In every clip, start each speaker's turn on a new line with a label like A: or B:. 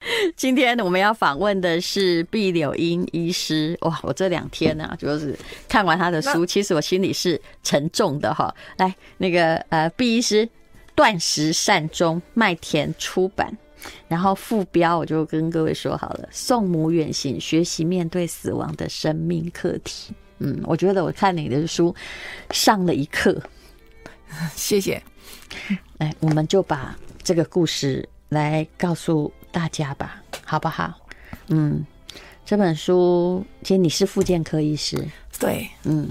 A: 今天我们要访问的是毕柳英医师。哇，我这两天呢、啊，就是看完他的书，其实我心里是沉重的哈。来，那个呃，毕医师，《断食善终》麦田出版，然后副标我就跟各位说好了，《送母远行：学习面对死亡的生命课题》。嗯，我觉得我看你的书上了一课。
B: 谢谢。
A: 来，哎我们就把这个故事来告诉大家吧，好不好？嗯，这本书，其实你是复健科医师，
B: 对，
A: 嗯，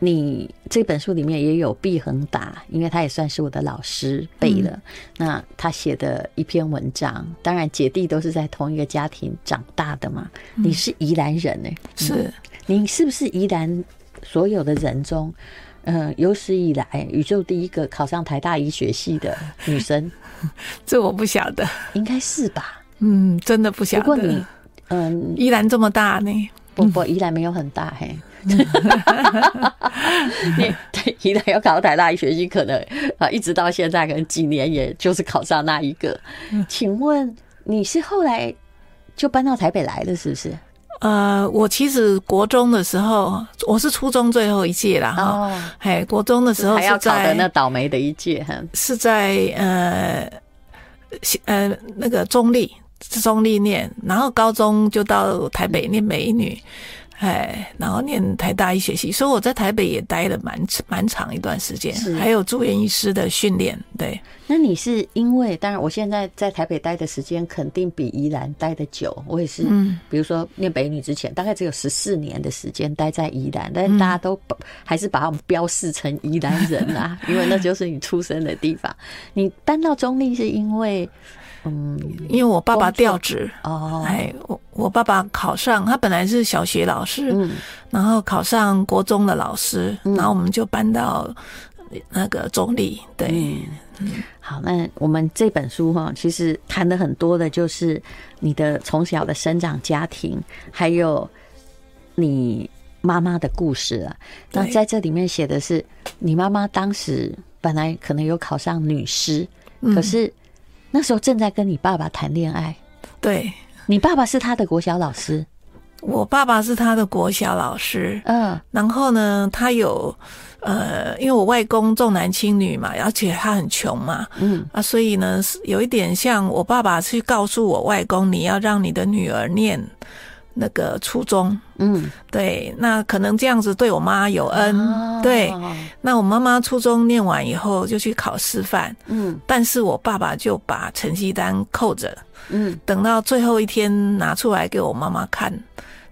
A: 你这本书里面也有毕恒达，因为他也算是我的老师辈了。那他写的一篇文章，当然姐弟都是在同一个家庭长大的嘛。你是宜兰人呢、
B: 是
A: 你是不是宜兰所有的人中，嗯、有史以来宇宙第一个考上台大医学系的女生？
B: 这我不晓得，
A: 应该是吧？
B: 嗯，真的不嗯晓
A: 不
B: 得。
A: 过你，嗯，
B: 依然这么大呢，
A: 不不，宜兰没有很大 嘿。你对宜兰要考台大医学系，可能啊，一直到现在可能几年，也就是考上那一个。
B: 嗯
A: 请问你是后来就搬到台北来了，是不是？
B: 呃，我其实国中的时候，我是初中最后一届啦。哈、
A: 哦，
B: 哎，国中的时候
A: 还要
B: 是
A: 考的那
B: 在
A: 倒霉的一届哈。
B: 是在呃西呃那个中立中立念，然后高中就到台北念美女，哎，然后念台大医学系，所以我在台北也待了蛮蛮长一段时间
A: 是，
B: 还有住院医师的训练，对。
A: 那你是因为，当然我现在在台北待的时间肯定比宜兰待的久，我也是，
B: 嗯
A: 比如说念北女之前，大概只有十四年的时间待在宜兰，但是大家都把还是把我们标示成宜兰人啊，因为那就是你出生的地方。你搬到中立是因为，嗯，
B: 因为我爸爸调职，
A: 哦，
B: 哎，我我爸爸考上，他本来是小学老师，
A: 嗯
B: 然后考上国中的老师，然后我们就搬到那个中立，对，
A: 嗯好，那我们这本书哈，其实谈的很多的就是你的从小的生长家庭，还有你妈妈的故事啊。
B: 对
A: 那在这里面写的是，你妈妈当时本来可能有考上女师，
B: 嗯
A: 可是那时候正在跟你爸爸谈恋爱，
B: 对
A: 你爸爸是他的国小老师，
B: 我爸爸是他的国小老师，
A: 嗯，
B: 然后呢，他有呃，因为我外公重男轻女嘛，而且他很穷嘛，
A: 嗯
B: 啊，所以呢，是有一点像我爸爸去告诉我外公，你要让你的女儿念那个初中，
A: 嗯，
B: 对，那可能这样子对我妈有恩，
A: 哦
B: 嗯对。那我妈妈初中念完以后就去考师范，
A: 嗯
B: 但是我爸爸就把成绩单扣着，
A: 嗯，
B: 等到最后一天拿出来给我妈妈看，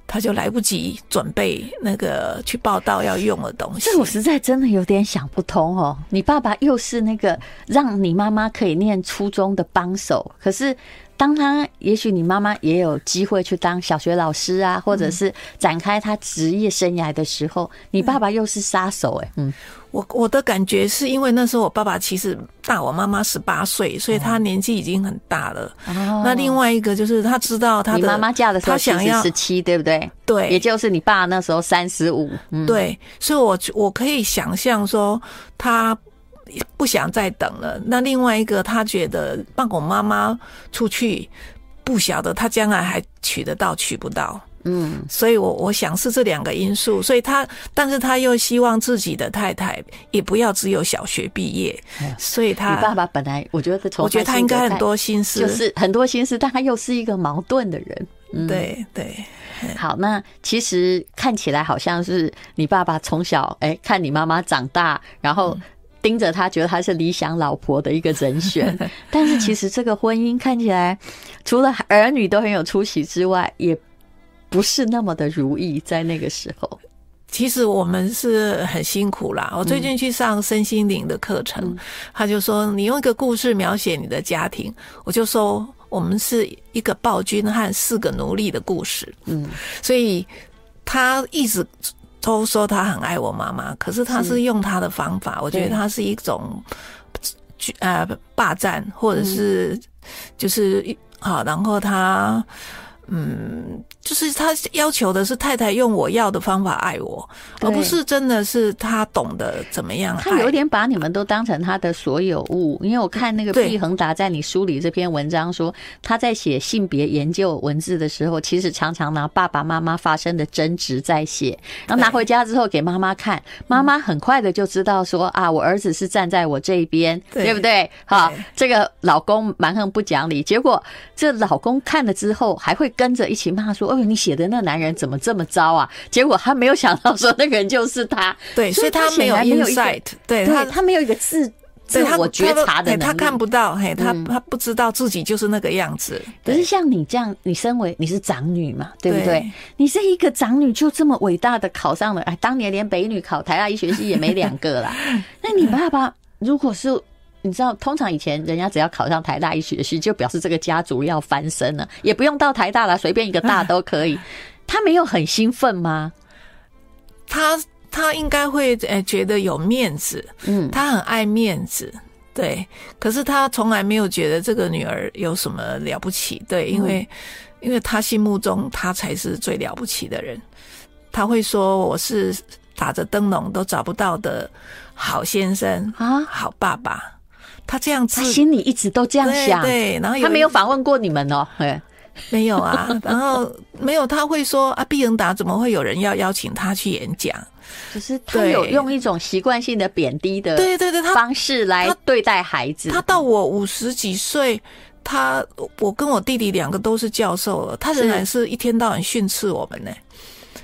B: 他就来不及准备那个去报道要用的东西
A: 这。我实在真的有点想不通哦。你爸爸又是那个让你妈妈可以念初中的帮手，可是当他也许你妈妈也有机会去当小学老师啊，或者是展开他职业生涯的时候，你爸爸又是杀手哎、嗯，
B: 我我的感觉是因为那时候我爸爸其实大我妈妈十八岁，所以他年纪已经很大了。那另外一个就是他知道他的
A: 哦你妈妈嫁的时候
B: 他
A: 其
B: 想
A: 实
B: 要
A: 十七，对不对？
B: 对，
A: 也就是你爸那时候三十五，嗯，
B: 对，所以我我可以想象说他不想再等了。那另外一个，他觉得放我妈妈出去，不晓得他将来还娶得到娶不到。
A: 嗯，
B: 所以我我想是这两个因素，所以他，但是他又希望自己的太太也不要只有小学毕业，所以他，
A: 你哦爸爸本来我觉得从
B: 啊我觉得他应该很多心思，
A: 就是很多心思，但他又是一个矛盾的人，嗯。
B: 对对
A: 好，那其实看起来好像是你爸爸从小哎、看你妈妈长大，然后盯着她，觉得她是理想老婆的一个人选。但是其实这个婚姻看起来，除了儿女都很有出息之外，也不是那么的如意，在那个时候。
B: 其实我们是很辛苦啦。我最近去上身心灵的课程，他就说你用一个故事描写你的家庭，我就说我们是一个暴君和四个奴隶的故事。
A: 嗯，
B: 所以他一直都说他很爱我妈妈，可是他是用他的方法，我觉得
A: 嗯对
B: 他是一种呃霸占，或者是就是一好，然后他嗯就是他要求的是太太用我要的方法爱我，
A: 对
B: 而不是真的是他懂得怎么样
A: 他有
B: 爱。
A: 点把你们都当成他的所有物，因为我看那个
B: 对
A: 毕恒达在你梳理这篇文章说，他在写性别研究文字的时候，其实常常拿爸爸妈妈发生的争执在写，然后拿
B: 对
A: 回家之后给妈妈看，妈妈很快的就知道说啊，我儿子是站在我这一边，
B: 对
A: 对不对？哈
B: 对，
A: 这个老公蛮横不讲理，结果这老公看了之后还会跟着一起骂说，哎呦，你写的那男人怎么这么糟啊？结果他没有想到说那个人就是他，
B: 对，所以他没有
A: 显然一个
B: insight，对
A: 对
B: 他
A: 哎他没有一个自自
B: 对他
A: 我觉察的
B: 嘿
A: 能力，嗯
B: 他看。不到，嘿，他他不知道自己就是那个样子。
A: 可
B: 对
A: 是像你这样，你身为你是长女嘛，对不对？
B: 对
A: 你是一个长女，就这么伟大的考上了，哎，当年连北女考台大医学系也没两个 啦。那你爸爸如果是你知道，通常以前人家只要考上台大医学系，就表示这个家族要翻身了，也不用到台大了，随便一个大都可 以。他没有很兴奋吗？
B: 他他应该会呃觉得有面子，
A: 嗯，
B: 他很爱面子，对。可是他从来没有觉得这个女儿有什么了不起，对，因为、
A: 嗯
B: 因为他心目中他才是最了不起的人。他会说我是打着灯笼都找不到的好先生、
A: 啊，
B: 好爸爸。他这样自
A: 他心里一直都这样
B: 对
A: 想，
B: 对，然后
A: 他没
B: 有
A: 有访问过你们哦，哎，
B: 没有啊，然后没有他会说啊，毕恩达怎么会有人要邀请他去演讲？
A: 只是他
B: 对
A: 有用一种习惯性的贬低的
B: 对对对，他
A: 方式来
B: 他
A: 对待孩子。
B: 他到我五十几岁，他我跟我弟弟两个都是教授了，他仍然是一天到晚训斥我们呢、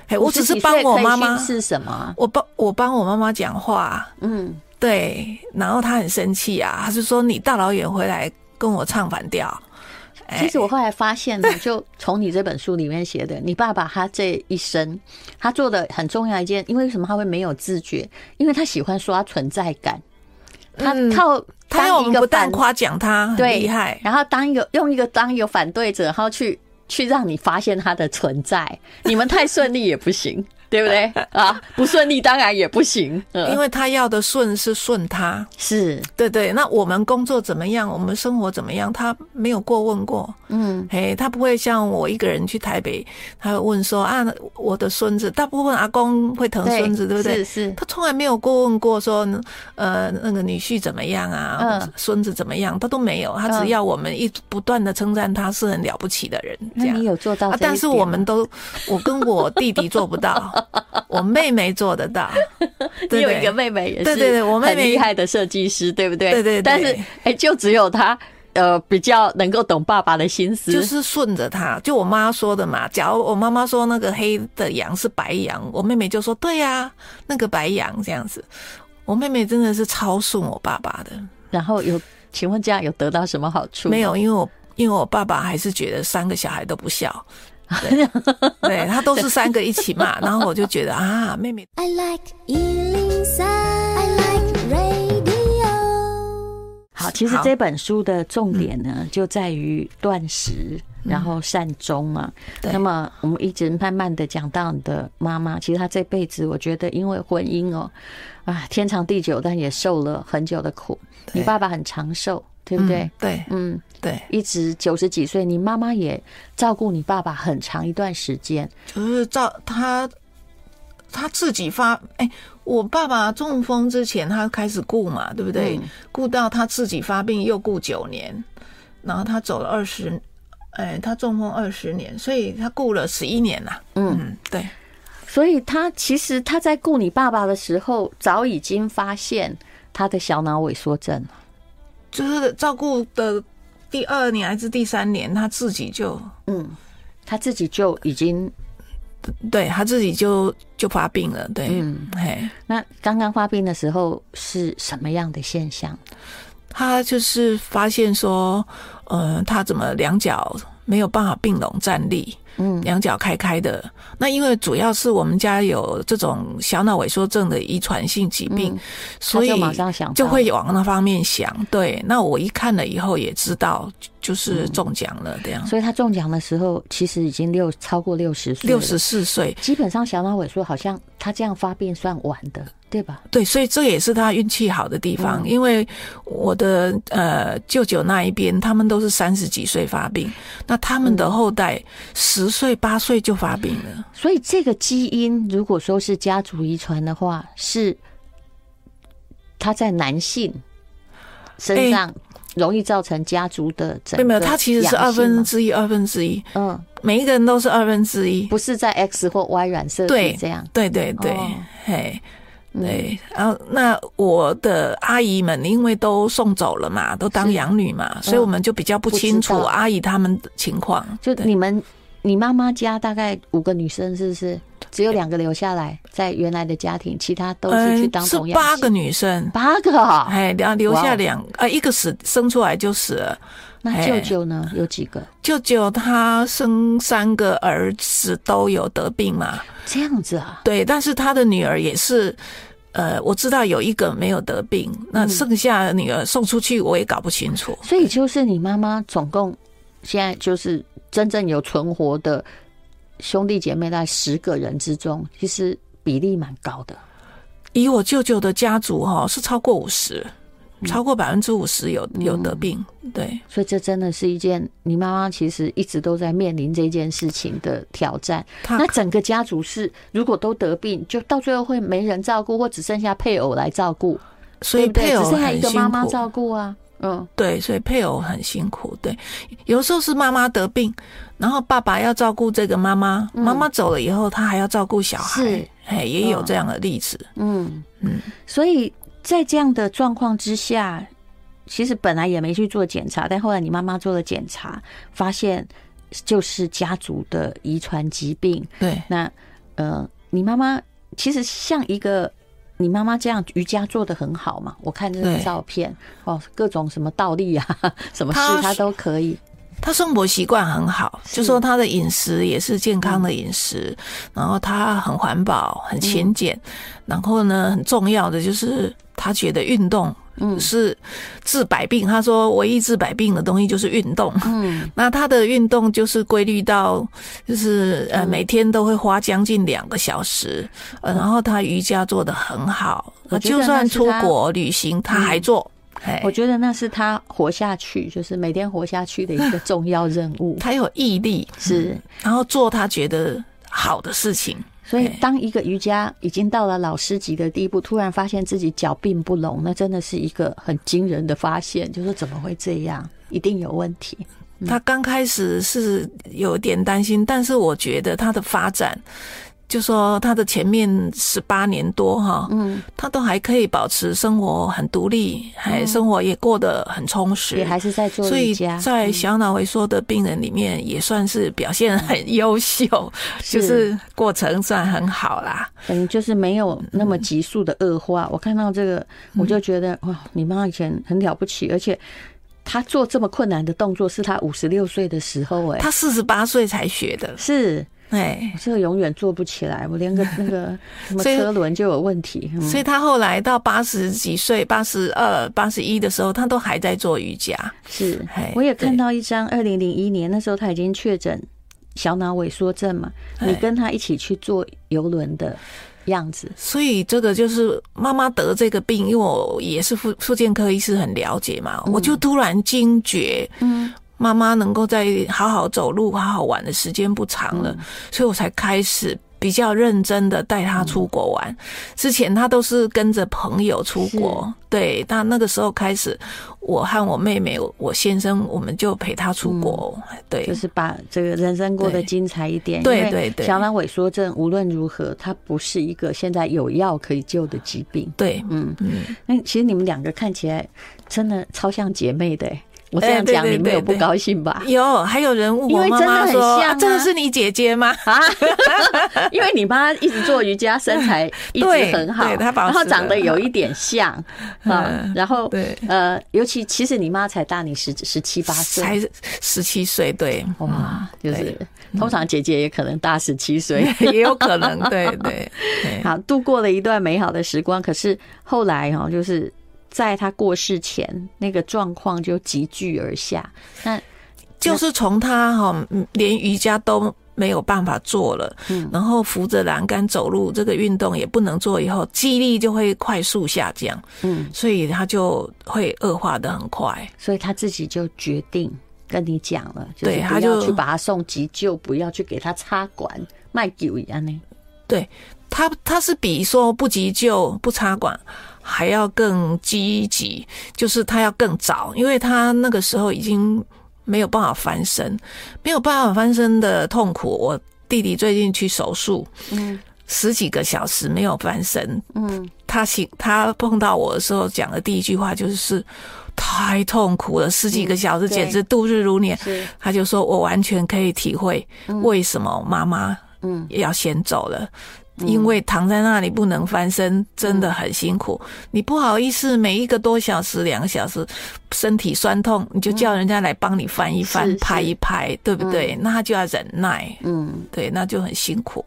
B: 哎，我只是帮我妈妈，
A: 是什么？
B: 我帮我帮我妈妈讲话，
A: 嗯，
B: 对，然后他很生气啊，他就说你大老远回来跟我唱反调。哎
A: 其实我后来发现 呢，就从你这本书里面写的，你爸爸他这一生，他做的很重要一件，因为什么他会没有自觉？因为他喜欢刷存在感，他
B: 嗯
A: 靠
B: 他要
A: 当
B: 我
A: 一
B: 们
A: 个
B: 不但
A: 反，
B: 夸奖他很
A: 对
B: 厉害，
A: 然后当一个用一个当一个反对者，然后去去让你发现他的存在。你们太顺利也不行， 对不对？啊，不顺利当然也不行，
B: 因
A: 嗯，
B: 为他要的顺是顺他，
A: 是，
B: 对对。那我们工作怎么样，我们生活怎么样，他没有过问过。
A: 嗯，
B: 嘿，他不会像我一个人去台北，他会问说啊，我的孙子，大部分阿公会疼嗯孙子，对不对？
A: 是是，
B: 他从来没有过问过说，呃，那个女婿怎么样啊
A: 嗯，
B: 孙、子怎么样，他都没有。他
A: 嗯
B: 只要我们一直不断的称赞他是很了不起的人，这
A: 那
B: 样
A: 你。有做到
B: 啊
A: 这一！点吗、
B: 但是我们都，我跟我弟弟做不 到，我妹妹做得到。
A: 你
B: 对
A: 有一个
B: 对
A: 妹妹也是，
B: 对对对我妹
A: 很
B: 妹
A: 厉害的设计师，对不对？
B: 对对对
A: 但是哎、就只有她呃比较能够懂爸爸的心思，
B: 就是顺着他，就我妈说的嘛。假如我妈妈说那个黑的羊是白羊，我妹妹就说对呀、那个白羊这样子。我妹妹真的是超顺我爸爸的，
A: 然后有。请问这样有得到什么好处？
B: 没，有，因为我因为我爸爸还是觉得三个小孩都不孝， 对对他都是三个一起骂，然后我就觉得啊，妹妹
C: I like Ealing Sound. I like radio.
A: 好，其实
B: 好嗯
A: 这本书的重点呢，就在于断食，然后善终嘛。
B: 对
A: 那么我们一直慢慢的讲到你的妈妈，其实她这辈子，我觉得因为婚姻哦，啊，天长地久，但也受了很久的苦。你
B: 对
A: 爸爸很长寿，对不对？
B: 对
A: 嗯，
B: 对，
A: 一直九十几岁，你妈妈也照顾你爸爸很长一段时间。
B: 就是照他他自己发，哎、我爸爸中风之前他开始顾嘛，对不对
A: 嗯？
B: 顾、到他自己发病又顾九年，然后他走了二十，哎，他中风二十年，所以他顾了十一年呐、
A: 嗯
B: 嗯，对，
A: 所以他其实他在顾你爸爸的时候，早已经发现他的小脑萎缩症了。
B: 就是照顾的第二年还是第三年，他自己就
A: 嗯，他自己就已经
B: 对他自己就就发病了，对，
A: 嗯
B: 哎，
A: 那刚刚发病的时候是什么样的现象？
B: 他就是发现说，呃，他怎么两脚没有办法并拢站立，
A: 嗯
B: 两脚开开的。那因为主要是我们家有这种小脑萎缩症的遗传性疾病，
A: 嗯
B: 所以
A: 他就马上想到
B: 就会往那方面想。对，那我一看了以后也知道，就是中奖了这样。
A: 嗯所以他中奖的时候，其实已经六超过六十岁，
B: 六十，四岁，
A: 基本上小脑萎缩好像他这样发病算晚的，对吧？
B: 对，所以这也是他运气好的地方，
A: 嗯
B: 因为我的呃舅舅那一边，他们都是三十几岁发病，那他们
A: 嗯
B: 的后代十岁八岁就发病了。
A: 所以这个基因如果说是家族遗传的话，是它在男性身上容易造成家族的整
B: 对
A: 个
B: 没有？它其实是二
A: 阳性
B: 分
A: 嘛
B: 之一，二分之一，
A: 嗯，
B: 每一个人都是二分之一。
A: 不是在 X 或 Y 染色
B: 对
A: 体这样。嗯
B: 对对对
A: 哦，
B: 嘿，对，然后那我的阿姨们因为都送走了嘛，都当
A: 是嗯
B: 养女嘛，所以我们就比较不
A: 不知
B: 清楚
A: 道
B: 阿姨她们的情况。
A: 就
B: 对
A: 你们，你妈妈家大概五个女生，是不是？只有两个留下来在原来的家庭，其他都呃是去
B: 嗯，
A: 当
B: 是
A: 童养媳
B: 八个女生，
A: 八个啊，
B: 哎，然后留
A: 哇
B: 下
A: 哦
B: 两呃，一个死生出来就死了。
A: 那舅舅呢？有几个？
B: 舅舅他生三个儿子都有得病嘛，
A: 这样子啊，
B: 对，但是他的女儿也是，呃，我知道有一个没有得病，
A: 嗯
B: 那剩下的女儿送出去我也搞不清楚。
A: 哎所以就是你妈妈总共现在就是真正有存活的兄弟姐妹在十个人之中，其实比例蛮高的。
B: 以我舅舅的家族哈、是超过五十，
A: 嗯
B: 超过百分之五十有有得病，对。
A: 所以这真的是一件你妈妈其实一直都在面临这件事情的挑战。
B: 他
A: 那整个家族是如果都得病，就到最后会没人照顾，或只剩下配偶来照顾，
B: 所
A: 对
B: 以
A: 不对
B: 配偶
A: 只剩下一
B: 很
A: 个
B: 辛
A: 妈妈
B: 苦，
A: 照顾啊。嗯，
B: 对，所以配偶很辛苦，对。有时候是妈妈得病，然后爸爸要照顾这个妈妈，妈妈走了以后，他还要照顾小
A: 嗯
B: 孩
A: 是，
B: 哎，也有
A: 嗯
B: 这样的例子。
A: 嗯
B: 嗯，
A: 所以在这样的状况之下，其实本来也没去做检查，但后来你妈妈做了检查，发现就是家族的遗传疾病。
B: 对，
A: 那呃，你妈妈其实像一个。你妈妈这样瑜伽做的很好嘛？我看这个
B: 对
A: 照片哦，各种什么倒立啊， 什么事
B: 她
A: 她
B: 是
A: 都可以。
B: 他生活习惯很好，
A: 是嗯
B: 就说他的饮食也是健康的饮食，然后他很环保、很勤俭，
A: 嗯
B: 然后呢，很重要的就是他觉得运动
A: 嗯
B: 是治百病。他说唯一治百病的东西就是运动。
A: 嗯，
B: 那他的运动就是规律到，就是
A: 嗯
B: 呃每天都会花将近两个小时，呃，然后他瑜伽做得很好，呃
A: 我觉得
B: 就算
A: 那是
B: 出
A: 他嗯
B: 国旅行他还做，哎
A: 我，觉得那是他活下去，就是每天活下去的一个重要任务。
B: 他有毅力，
A: 是，
B: 然后做他觉得好的事情。
A: 所以
B: 对
A: 当一个瑜伽已经到了老师级的地步，突然发现自己脚并不拢，那真的是一个很惊人的发现，就是怎么会这样？一定有问题。
B: 他刚开始是有点担心，但是我觉得他的发展，就说他的前面十八年多哈，
A: 嗯，
B: 他都还可以保持生活很独立，还生活也过得很充实，
A: 也还是在做
B: 所
A: 瑜
B: 以
A: 伽，嗯
B: 在小脑萎缩的病人里面，也算是表现很优秀， 就是过程算很好啦。
A: 等于就是没有那么急速的恶化。我看到这个，
B: 嗯
A: 我就觉得哇，你妈以前很了不起，而且她做这么困难的动作是她五十六岁的时候、哎，
B: 他四十八岁才学的，
A: 是
B: 哎
A: 我，这个永远做不起来，我连 个那个什么
B: 所以
A: 车轮就有问题。嗯
B: 所以他后来到八十几岁、八十二、八十一的时候，他都还在做瑜伽。
A: 是
B: 哎，
A: 我也看
B: 对
A: 到一张二零零一年那时候他已经确诊小脑萎缩症嘛，
B: 哎
A: 你跟他一起去坐游轮的样子，
B: 所以这个就是妈妈得这个病，因为我也是妇妇健科医师，很了解嘛，我就突然惊觉，
A: 嗯，
B: 妈妈能够在好好走路、好好玩的时间不长
A: 嗯
B: 了，所以我才开始。比较认真的带她出国玩，之前她都是跟着朋友出国，对。那那个时候开始，我和我妹妹、我先生，我们就陪她出国，
A: 嗯
B: 对
A: 就是把这个人生过得精彩一点。
B: 对
A: 因为
B: 对对
A: 小脑萎缩症无论如何，它不是一个现在有药可以救的疾病。
B: 对。
A: 嗯，
B: 嗯，
A: 那其实你们两个看起来真的超像姐妹的、欸，我这样
B: 哎对
A: 讲
B: 对
A: 你没有
B: 对
A: 不
B: 对
A: 高兴 吧？
B: 有还有人问我
A: 因为
B: 妈
A: 真的
B: 妈
A: 很
B: 说、
A: 像啊
B: 真的是你姐姐吗？
A: 啊，因为你妈一直做瑜伽，身材一直很好，
B: 对对她保
A: 然
B: 持得
A: 后长得有一点像啊
B: 嗯，
A: 然后
B: 对
A: 呃，尤其其实你妈才大你十十七八岁，哦
B: 才十七岁，对，嗯
A: 哇，就是
B: 对
A: 通常姐姐也可能大十七岁。
B: 也有可能，对对对，
A: 好，度过了一段美好的时光，可是后来哦，就是在她过世前，那个状况就急剧而下。那
B: 就是从他哈，嗯连瑜伽都没有办法做了，
A: 嗯
B: 然后扶着栏杆走路这个运动也不能做，以后记忆力就会快速下降，
A: 嗯，
B: 所以他就会恶化的很快。
A: 所以他自己就决定跟你讲了，就是
B: 对
A: 不
B: 他
A: 要
B: 就
A: 去把他送急救，不要去给他插管卖酒一样呢。
B: 对他，他是比说不急救、不插管还要更积极，就是他要更早，因为他那个时候已经没有办法翻身，没有办法翻身的痛苦。我弟弟最近去手术，
A: 嗯
B: 十几个小时没有翻身，
A: 嗯，
B: 他醒，他碰到我的时候讲的第一句话就是。太痛苦了，十几个小时
A: 嗯对
B: 简直度日如年。
A: 是
B: 他就说：“我完全可以体会为什么妈妈
A: 嗯
B: 要先走了，因为躺在那里不能翻身，真的很辛苦。你不好意思，每一个多小时、两个小时，身体酸痛，你就叫人家来帮你翻一
A: 是
B: 翻
A: 是、
B: 拍一拍，对不对？那他就要忍耐，
A: 嗯，
B: 对，那就很辛苦。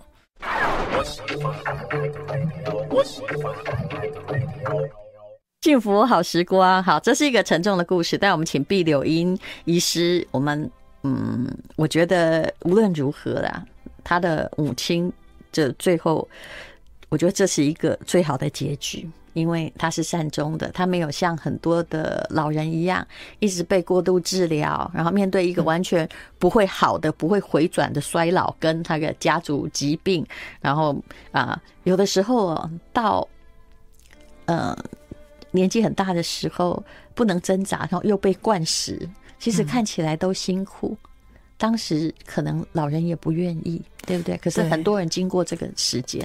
A: 幸福好时光，好，这是一个沉重的故事，但我们请毕柳英医师，我们嗯，我觉得无论如何啦，他的母亲这最后，我觉得这是一个最好的结局。因为他是善终的，他没有像很多的老人一样，一直被过度治疗，然后面对一个完全不会好的、不会回转的衰老跟他的家族疾病，然后啊、有的时候哦到呃年纪很大的时候不能挣扎，然后又被灌食，其
B: 嗯
A: 实看起来都辛苦。当时可能老人也不愿意，对不对？可是
B: 对
A: 很多人经过这个时间，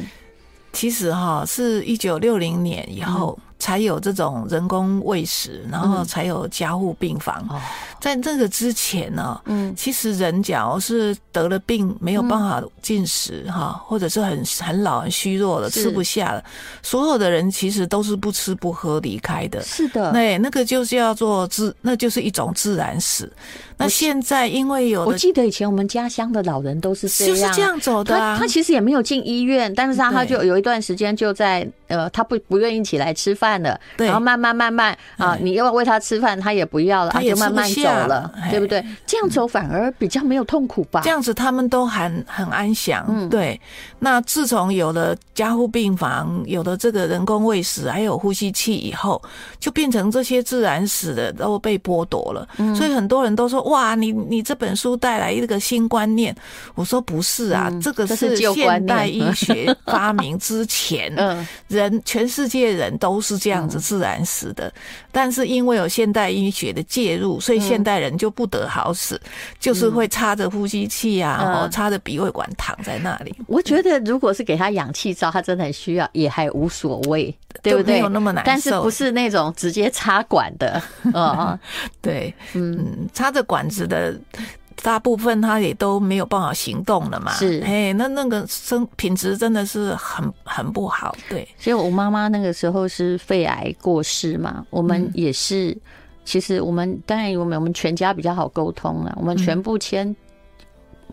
B: 其实哈、是一九六零年以后、
A: 嗯
B: 才有这种人工喂食，然后才有加护病房。
A: 哦
B: 在这个之前呢、
A: 嗯
B: 其实人假如是得了病，没有办法进食哈、或者是很很老、很虚弱了，
A: 是
B: 吃不下了，所有的人其实都是不吃不喝离开的。
A: 是的，
B: 对，那个就是叫做自，那就是一种自然死。那现在因为有
A: 我
B: 的
A: 记得以前我们家乡的老人都是这
B: 就
A: 样，
B: 是这样走的、啊
A: 他他其实也没有进医院，但是他
B: 对
A: 他就有一段时间就在呃，他不不愿意起来吃饭了，
B: 对
A: 然后慢慢慢慢啊，
B: 对
A: 你又要喂他吃饭，他也不要了，
B: 他
A: 啊
B: 也
A: 就慢慢
B: 吃
A: 走
B: 不下
A: 了，
B: 哎
A: 对不对？这样走反而比较没有痛苦吧嗯
B: 这？样子他们都很很安详。对。那自从有了加护病房，有了这个人工喂食，还有呼吸器以后，就变成这些自然死的都被剥夺了。
A: 嗯
B: 所以很多人都说：“哇，你你这本书带来一个新观念。”我说：“不是啊，
A: 嗯
B: 这个
A: 这是
B: 是
A: 旧观念
B: 现代医学发明之 前，
A: 嗯
B: 人全世界人都是这样子自然死的。但是因为有现代医学的介入，
A: 嗯
B: 所以现代人就不得好死。就是会插着呼吸器啊，
A: 嗯
B: 哦、插着鼻胃管躺在那里，
A: 我觉
B: 嗯
A: 得如果是给他氧气罩，他真的很需要，也还无所谓，对不
B: 就没
A: 对
B: 有？那么难受。
A: 但是不是那种直接插管 的？哦，
B: 对，
A: 嗯，
B: 嗯，插着管子的。大部分他也都没有办法行动了嘛，
A: 是
B: 哎，那那个生品质真的是很很不好，对，
A: 所以我妈妈那个时候是肺癌过世嘛，我
B: 嗯
A: 们也是，其实我们当然我们我们全家比较好沟通啊了，我们全部签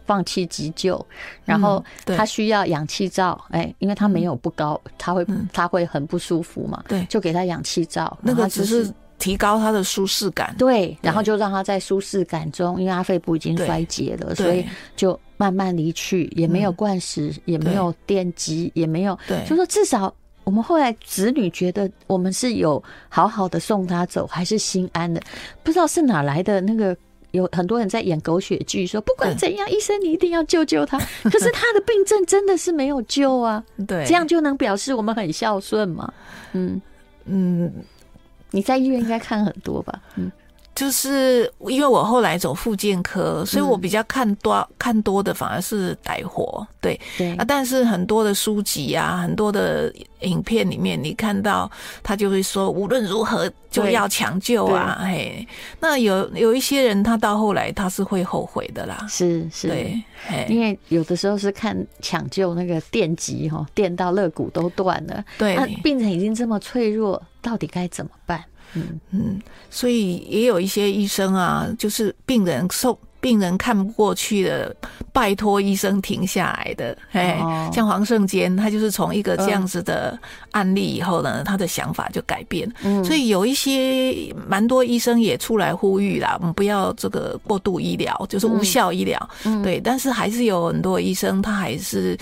A: 放弃急救，然后
B: 嗯对
A: 她需要氧气罩，哎，因为她没有不高，她会
B: 嗯
A: 她会很不舒服嘛，
B: 对
A: 就给她氧气罩，
B: 那
A: 然后
B: 个
A: 她就
B: 只是提高他的舒适感，
A: 对，然后就让她在舒适感中，因为她肺部已经衰竭了，所以
B: 对
A: 就慢慢离去，也没有灌食，也没有电击，也没有
B: 嗯对
A: 就，说至少我们后来子女觉得我们是有好好的送他走，还是心安的，不知道是哪来的那个。有很多人在演狗血剧，说不管
B: 对
A: 怎样，医生你一定要救救 他。可是他的病症真的是没有救啊，
B: 对，
A: 这样就能表示我们很孝顺吗？嗯，
B: 嗯，
A: 你在医院应该看很多吧？嗯，
B: 就是因为我后来走复健科，所以
A: 嗯
B: 我比较看多、看多的反而是歹活，对，
A: 对
B: 啊，，但是很多的书籍啊，很多的影片里面，你看到他就会说，无论如何就
A: 对
B: 要抢救啊，嘿，那有有一些人，他到后来他是会后悔的啦，
A: 是是。
B: 对，
A: 因
B: 嘿，
A: 为有的时候是看抢救那个电击哈，电到肋骨都断了，
B: 对
A: 那、，病人已经这么脆弱，到底该怎么办？嗯，
B: 所以也有一些医生啊，就是病人受。病人看不过去的，拜托医生停下来的。哎、
A: 哦
B: 像黄圣坚，他就是从一个这样子的案例以后呢，他的想法就改变。
A: 嗯
B: 所以有一些蛮多医生也出来呼吁啦，我们不要这个过度医疗，就是无效医疗。
A: 嗯
B: 对，但是还是有很多医生他还是。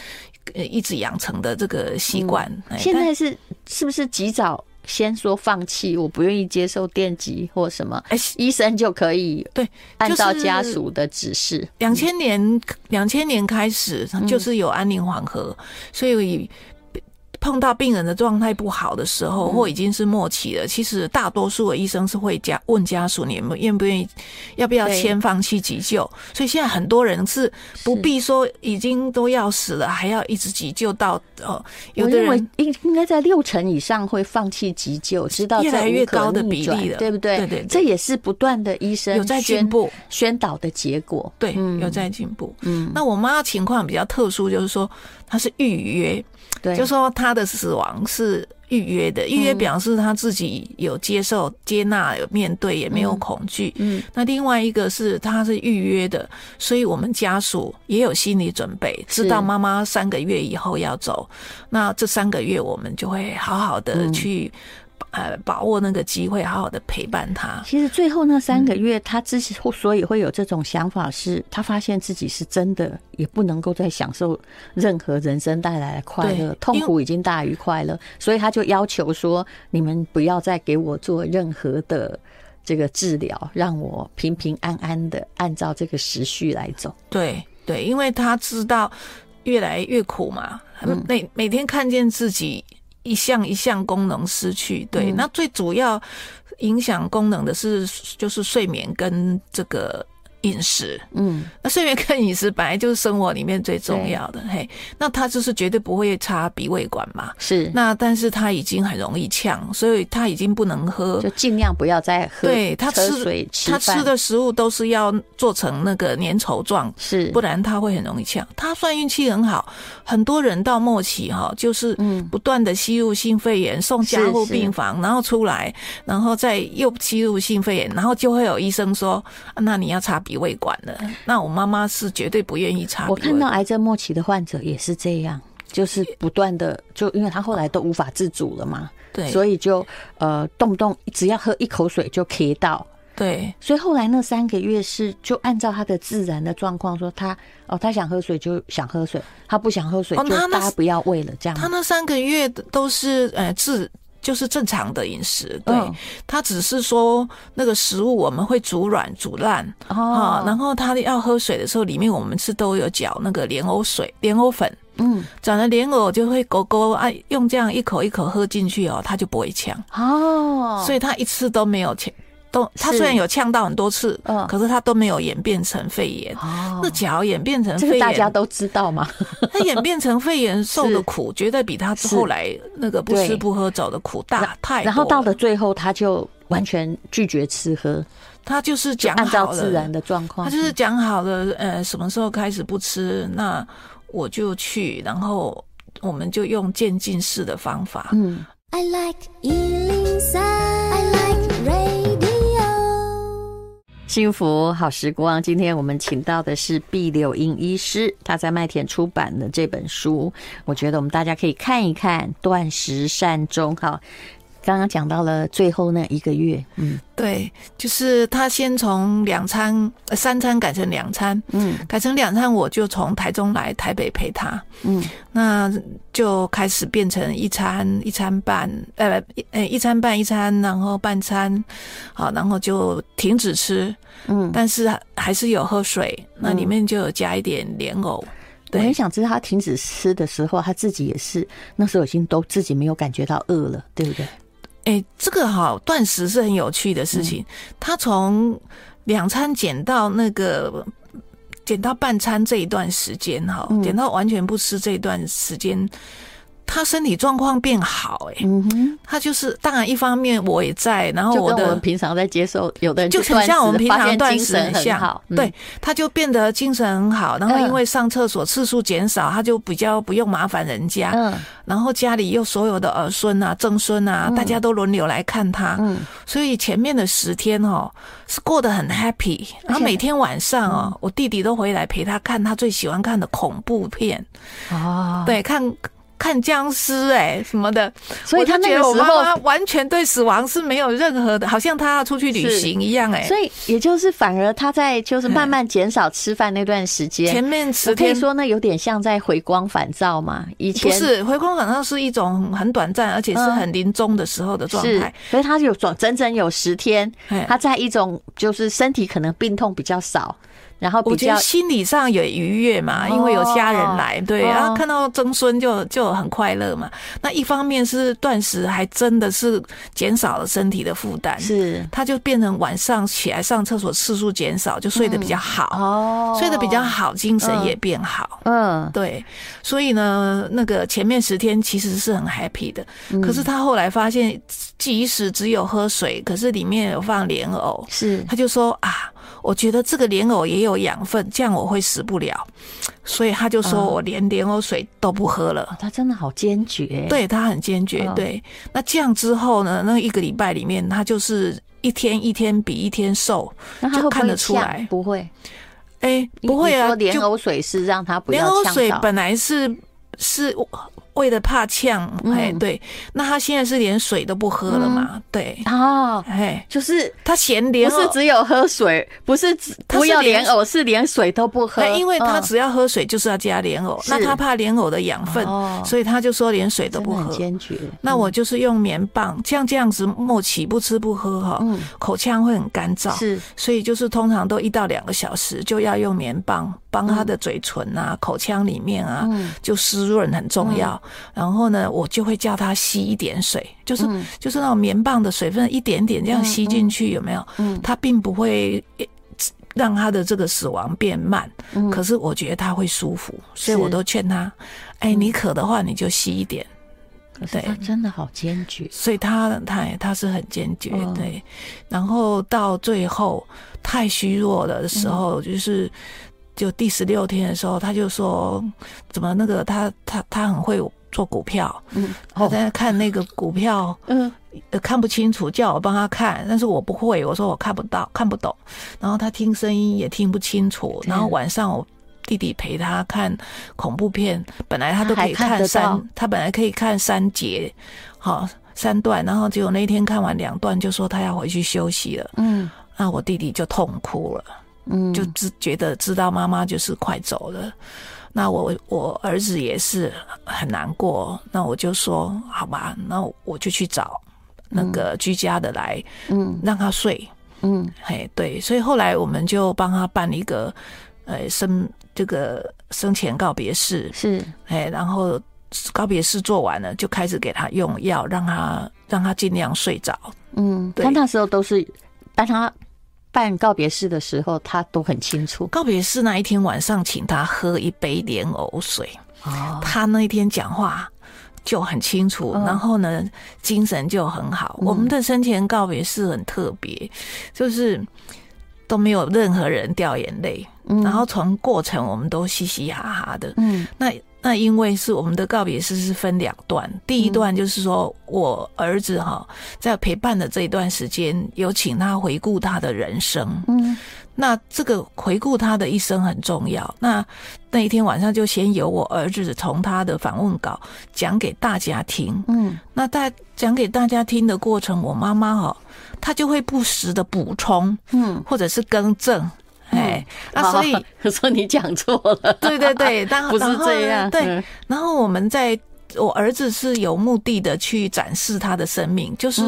B: 呃，一直养成的这个习惯。哎
A: 嗯现
B: 但
A: 在是是不是及早先说放弃，我不愿意接受电击或什么，
B: 哎，
A: 医生就可以
B: 对，
A: 按照
B: 就是
A: 家属的指示。
B: 两千年，两千年开始
A: 嗯
B: 就是有安宁缓和，所以碰到病人的状态不好的时
A: 嗯
B: 候，或已经是末期了，其实大多数的医生是会家问家属，你们愿不愿意，要不要
A: 对
B: 先放弃急救？所以现在很多人是不必说已经都要死了，还要一直急救到呃，有
A: 我
B: 的
A: 认为
B: 人
A: 应应该在六成以上会放弃急救，知道
B: 越
A: 这
B: 来越
A: 无可
B: 高的
A: 逆
B: 比
A: 转
B: 例了
A: 对不对？
B: 对对对
A: 这也是不断的医生嗯
B: 有在进
A: 宣
B: 步，
A: 宣导的结果。
B: 对，有在进步。嗯，那我妈情况比较特殊，就是说她是预约，
A: 对，
B: 就说他的死亡是预约的，预约表示他自己有接受、接纳、有面对，也没有恐惧。
A: 嗯，
B: 那另外一个是他是预约的，所以我们家属也有心理准备，知道妈妈三个月以后要走，那这三个月我们就会好好的
A: 嗯
B: 去、呃把握那个机会，好好的陪伴他。
A: 其实最后那三
B: 嗯
A: 个月，他之所所以会有这种想法是，他发现自己是真的也不能够再享受任何人生带来的快
B: 对因
A: 乐
B: 为，
A: 痛苦已经大于快乐，所以他就要求说：你们不要再给我做任何的这个治疗，让我平平安安的按照这个时序来走。
B: 对对，因为他知道越来越苦嘛，
A: 嗯
B: 每每天看见自己一项一项功能失去，对，
A: 嗯
B: 那最主要影响功能的是就是睡眠跟这个饮食。
A: 嗯，
B: 那睡眠跟饮食本来就是生活里面最重要的，嘿，那他就是绝对不会插鼻胃管嘛。
A: 是，
B: 那但是他已经很容易呛，所以他已经不能喝
A: 就尽量不要再喝
B: 对他
A: 喝
B: 吃
A: 水吃
B: 他
A: 饭，
B: 吃的食物都是要做成那个粘稠状，
A: 是
B: 不然他会很容易呛。他算运气很好，很多人到末期哈、就是
A: 嗯
B: 不断的吸入性肺炎，送加护病房，然后出来，然后再又吸入性肺炎，然后就会有医生说，啊那你要插鼻胃管了。那我妈妈是绝对不愿意插鼻
A: 我
B: 胃管。
A: 看到癌症末期的患者也是这样，就是不断的，就因为他后来都无法自主了嘛，
B: 对
A: 所以就呃动不动只要喝一口水就咳到，
B: 对
A: 所以后来那三个月是就按照他的自然的状况说他哦他想喝水就想喝水，他不想喝水
B: 哦
A: 就
B: 那那
A: 大家不要喂了这样
B: 他。那三个月都是呃自就是正常的饮食，对、
A: 嗯
B: 他只是说那个食物我们会煮软煮烂
A: 哦
B: 啊、然后他要喝水的时候，里面我们是都有搅那个莲藕水、莲藕粉，
A: 嗯
B: 长了莲藕就会勾勾啊，用这样一口一口喝进去哦，他就不会呛，
A: 哦，
B: 所以他一次都没有呛，都他
A: 是
B: 虽然有呛到很多次，
A: 嗯
B: 可是他都没有演变成肺炎。
A: 哦
B: 那假如演变成
A: 这
B: 肺
A: 个
B: 炎，
A: 大家都知道嘛，
B: 他演变成肺炎受
A: 是
B: 的苦，绝对比他
A: 是
B: 后来那个不
A: 对
B: 吃不喝走的苦大太多
A: 然后到
B: 了
A: 了最后他就完全拒绝吃喝，
B: 他就是讲
A: 按照
B: 好
A: 自
B: 了
A: 然的状况，
B: 他就是讲好了，呃，什么时候开始不吃，那我就去，然后我们就用渐进式的方法。
A: 嗯。
C: I like Ealing Sound. I like radio.
A: 幸福好时光，今天我们请到的是毕柳英医师，他在麦田出版的这本书，我觉得我们大家可以看一看《断食善终》哈。刚刚讲到了最后那一个月，嗯
B: 对，就是他先从两餐、呃、三餐改成两餐，
A: 嗯
B: 改成两餐，我就从台中来台北陪他，
A: 嗯，
B: 那就开始变成一餐、一餐半，呃，一呃一餐半、一餐，然后半餐，好，然后就停止吃，
A: 嗯，
B: 但是还还是有喝水，那里面就有加一点莲藕，
A: 我很
B: 对，
A: 想知道他停止吃的时候，他自己也是那时候已经都自己没有感觉到饿了，对不对？
B: 哎，这个哈断食是很有趣的
A: 嗯
B: 事情，他从两餐减到那个。
A: 嗯
B: 减到半餐这一段时间哈，减到完全不吃这一段时间，他身体状况变好、哎、
A: 嗯哼，
B: 他就是当然一方面我也在，然后
A: 就
B: 哦我
A: 跟我
B: 的
A: 们平常在接受有的人
B: 就
A: 断
B: 很像我们
A: 食
B: 平
A: 发
B: 常
A: 现
B: 断
A: 精
B: 食
A: 神
B: 很
A: 很
B: 像，
A: 好，嗯
B: 对，他就变得精神很好，然后
A: 嗯
B: 因为上厕所次数减少，他就比较不用麻烦人家，
A: 嗯
B: 然后家里又所有的儿孙啊、曾孙啊，大家都轮流来看他，
A: 嗯，
B: 所以前面的十天哦是过得很 happy，然后每天晚上
A: 嗯
B: 哦，我弟弟都回来陪他看他最喜欢看的恐怖片，
A: 哦，
B: 对，看。看僵尸哎、什么的，
A: 所以
B: 我就
A: 他那
B: 觉
A: 个
B: 得我
A: 时
B: 妈妈
A: 候，
B: 完全对死亡是没有任何的，好像她要出去旅
A: 是
B: 行一样哎、
A: 所以也就是反而他在就是慢慢减少吃饭那段时间，
B: 前面
A: 我
B: 十
A: 可以
B: 天
A: 说那有点像在回光返照嘛，以
B: 不
A: 前
B: 是回光返照是一种很短暂，而且是
A: 嗯
B: 很临终的时候的状
A: 是
B: 态。，
A: 可是他有整整整有十天，
B: 哎
A: 他在一种就是身体可能病痛比较少，然后比
B: 我觉
A: 较
B: 得心理上有愉悦嘛，因为有家人来，对，
A: 哦
B: 然后看到曾孙就就很快乐嘛。那一方面是断食，还真的是减少了身体的负担，
A: 是
B: 他就变成晚上起来上厕所次数减少，就睡得比较好，
A: 哦
B: 睡得比较好，精神
A: 嗯
B: 也变好。
A: 嗯，
B: 对，所以呢，那个前面十天其实是很 happy 的，
A: 嗯
B: 可是他后来发现，即使只有喝水，可是里面有放莲藕，
A: 是
B: 他就说啊，我觉得这个莲藕也有养分，这样我会死不了，所以他就说
A: 嗯
B: 我连莲藕水都不喝了。
A: 哦他真的好坚决，，
B: 对他很坚决
A: 嗯，
B: 对。那这样之后呢？那一个礼拜里面，他就是一天一天比一天瘦。
A: 那他会不会
B: 就看得出
A: 呛
B: 来
A: 不会，
B: 哎，
A: 你
B: 不会
A: 你
B: 啊，
A: 说莲
B: 就
A: 藕水是让他不
B: 莲
A: 要
B: 藕
A: 呛
B: 水
A: 到，
B: 本来是是为了怕呛，哎、
A: 嗯
B: 对，那他现在是连水都不喝了嘛，对，
A: 哦，
B: 哎，
A: 就是
B: 他嫌
A: 不
B: 莲
A: 是
B: 藕，
A: 只有喝水，不是只
B: 他是
A: 不要
B: 连
A: 莲藕，是连水都不喝
B: 哎，因为他
A: 嗯
B: 只要喝水就是要加莲藕，
A: 是
B: 那他怕莲藕的养分，
A: 哦
B: 所以他就说连水都
A: 真
B: 不
A: 的很
B: 喝。
A: 坚嗯决，
B: 那我就是用棉棒，像这样子默契不吃不喝哈、
A: 嗯
B: 口腔会很干燥，
A: 是
B: 所以就是通常都一到两个小时就要用棉棒帮他的嘴唇
A: 嗯
B: 啊、口腔里面啊，就湿润很重要。然后呢，我就会叫他吸一点水，就是、就是那种棉棒的水分一点点这样吸进去，有没有？
A: 嗯嗯
B: 他并不会。诶让他的这个死亡变慢，可是我觉得他会舒服，所
A: 嗯
B: 以
A: 是嗯
B: 我都劝他，哎、你渴的话你就吸一点，
A: 可是
B: 对
A: 他真的好坚决，
B: 所以他他他是很坚决
A: 嗯，
B: 对。然后到最后太虚弱了的时候，就是就第十六天的时候，他就说怎么那个他他他很会做股票，
A: 嗯
B: 他在看那个股票。
A: 嗯，
B: 呃看不清楚，叫我帮他看，但是我不会，我说我看不到，看不懂。然后他听声音也听不清楚，
A: 对
B: 然后晚上我弟弟陪他看恐怖片，本来他都可以
A: 他还看得
B: 看三，
A: 到
B: 他本来可以看三节，好、三段，然后结果那天看完两段就说他要回去休息了，
A: 嗯
B: 那我弟弟就痛哭了。
A: 嗯，
B: 就知觉得知道妈妈就是快走了。那我我儿子也是很难过，哦那我就说好吧，那我就去找那个居家的来，
A: 嗯
B: 让他睡。
A: 嗯
B: 嘿，对，所以后来我们就帮他办了一个，呃，生这个生前告别式，
A: 是
B: 哎，然后告别式做完了，就开始给他用药，让他让他尽量睡着。
A: 嗯，
B: 对
A: 他那时候都是，当他办告别式的时候，他都很清楚。
B: 告别式那一天晚上，请他喝一杯莲藕水。
A: 哦，
B: 他那一天讲话就很清楚，
A: 嗯
B: 然后呢，精神就很好。我们的生前告别是很特别，就是都没有任何人掉眼泪，然后从过程我们都嘻嘻哈哈的。
A: 嗯
B: 那那因为是我们的告别式是分两段，第一段就是说我儿子哈在陪伴的这一段时间，有请他回顾他的人生，
A: 嗯，
B: 那这个回顾他的一生很重要。那那一天晚上就先由我儿子从他的访问稿讲给大家听。
A: 嗯，
B: 那大讲给大家听的过程，我妈妈哦，她就会不时的补充，
A: 嗯，
B: 或者是更正，哎，那所以
A: 以说你讲错了，
B: 对对对，当
A: 不是
B: 然后
A: 这样，
B: 对，
A: 嗯，
B: 然后我们在我儿子是有目的的去展示他的生命，就是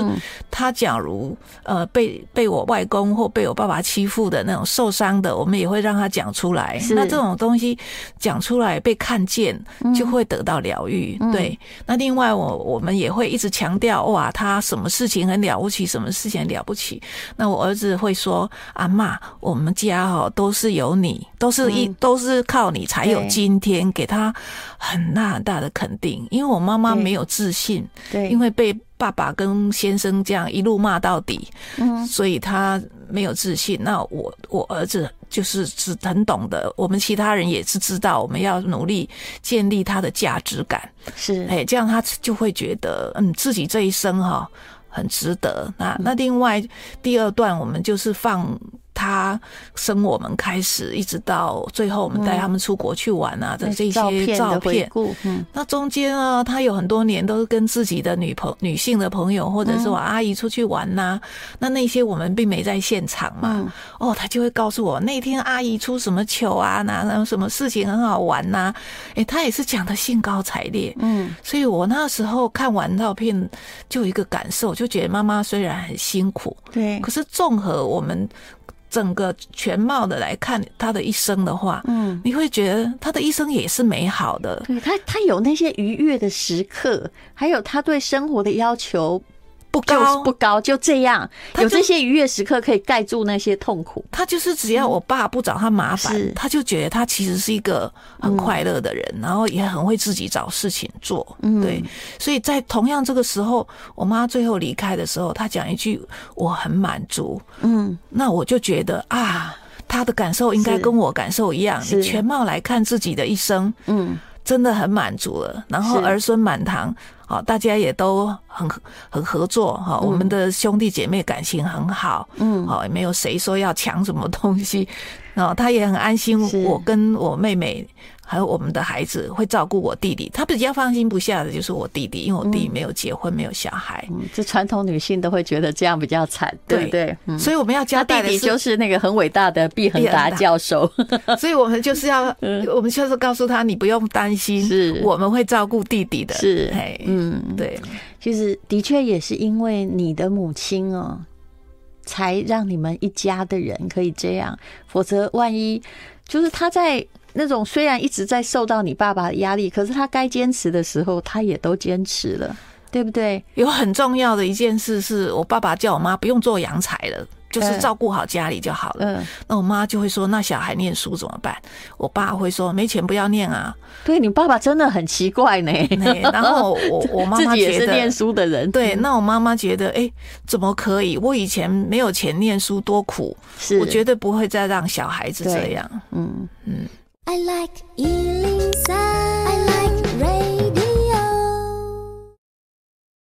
B: 他假如呃被被我外公或被我爸爸欺负的那种受伤的，我们也会让他讲出来
A: 是。
B: 那这种东西讲出来被看见，就会得到疗愈。对，那另外我我们也会一直强调哇，他什么事情很了不起，什么事情很了不起。那我儿子会说：“阿妈，我们家哦都是有你，都是一、都是靠你才
A: 嗯
B: 有
A: 对
B: 今天。”给他很大很大的肯定，因为我妈妈
A: 对
B: 没有自信，
A: 对，
B: 因为被爸爸跟先生这样一路骂到底，
A: 嗯
B: 所以他没有自信。那我我儿子就是是很懂得，我们其他人也是知道，我们要努力建立他的价值感。
A: 是
B: 哎，这样他就会觉得，嗯，自己这一生哈、很值得。
A: 嗯
B: 那那另外第二段，我们就是放他生我们开始，一直到最后我们带他们出国去玩啊的、这
A: 嗯照
B: 些
A: 片
B: 照
A: 的回
B: 片。
A: 顾，嗯，
B: 那中间啊，他有很多年都是跟自己的女朋女性的朋友，或者是我阿姨出去玩呐、那那些我们并没在现场嘛，
A: 嗯
B: 哦，他就会告诉我那天阿姨出什么糗啊，哪哪有什么事情很好玩呐、诶，他也是讲的兴高采烈，
A: 嗯，
B: 所以我那时候看完照片，就有一个感受，就觉得妈妈虽然很辛苦，
A: 对
B: 可，是综合我们整个全貌的来看她的一生的话，
A: 嗯，
B: 你会觉得她的一生也是美好的。
A: 对他他有那些愉悦的时刻，还有他对生活的要求
B: 不
A: 就是
B: 高，
A: 不高，就这样，
B: 他
A: 有
B: 就
A: 这些愉悦时刻可以盖住那些痛苦，
B: 她就是只要我爸不找她麻
A: 是
B: 烦，她就觉得她其实是一个很快乐的人，然后也很会自己找事情做。
A: 嗯
B: 对，所以在同样这个时候，我妈最后离开的时候，她讲一句“我很满足”，
A: 嗯，
B: 那我就觉得啊，他的感受应该
A: 是
B: 跟我感受一样。
A: 是
B: 你全貌来看自己的一生，
A: 嗯，
B: 真的很满足了。然后
A: 是
B: 儿孙满堂，好、大家也都很很合作哈、我们的兄弟姐妹感情很好，哦
A: 嗯
B: 好、也没有谁说要抢什么东西，哦，他也很安心
A: 是。
B: 我跟我妹妹还有我们的孩子会照顾我弟弟，他比较放心不下的就是我弟弟，因为我弟弟没有结婚，没有小孩，
A: 嗯这传统女性都会觉得这样比较惨，对不对？嗯，
B: 所以我们要交
A: 他弟
B: 代的
A: 弟
B: 是
A: 就是那个很伟大的毕恒达教授，
B: 所以我们就是 要，我们就是告诉他，你不用担心，
A: 嗯是
B: 我们会照顾弟弟的，
A: 是
B: 嘿，，
A: 嗯，
B: 对，
A: 其实的确也是因为你的母亲哦，才让你们一家的人可以这样，否则万一就是他在那种虽然一直在受到你爸爸的压力，可是他该坚持的时候，他也都坚持了，对不对？
B: 有很重要的一件事是我爸爸叫我妈不用做洋财了。就是
A: 嗯
B: 照顾好家里就好了。
A: 嗯，
B: 那我妈就会说：“那小孩念书怎么办？”我爸会说：“没钱不要念啊。
A: 对你爸爸真的很奇怪呢，
B: 嘿”然后我我妈
A: 自
B: 妈
A: 己也
B: 觉
A: 是念
B: 得，
A: 书嗯的人，
B: 对，那我妈妈觉得，哎、怎么可以？我以前没有钱念书多苦，
A: 是，
B: 我绝对不会再让小孩子
A: 对
B: 这样。
A: 嗯。
C: I like Ealing Sound.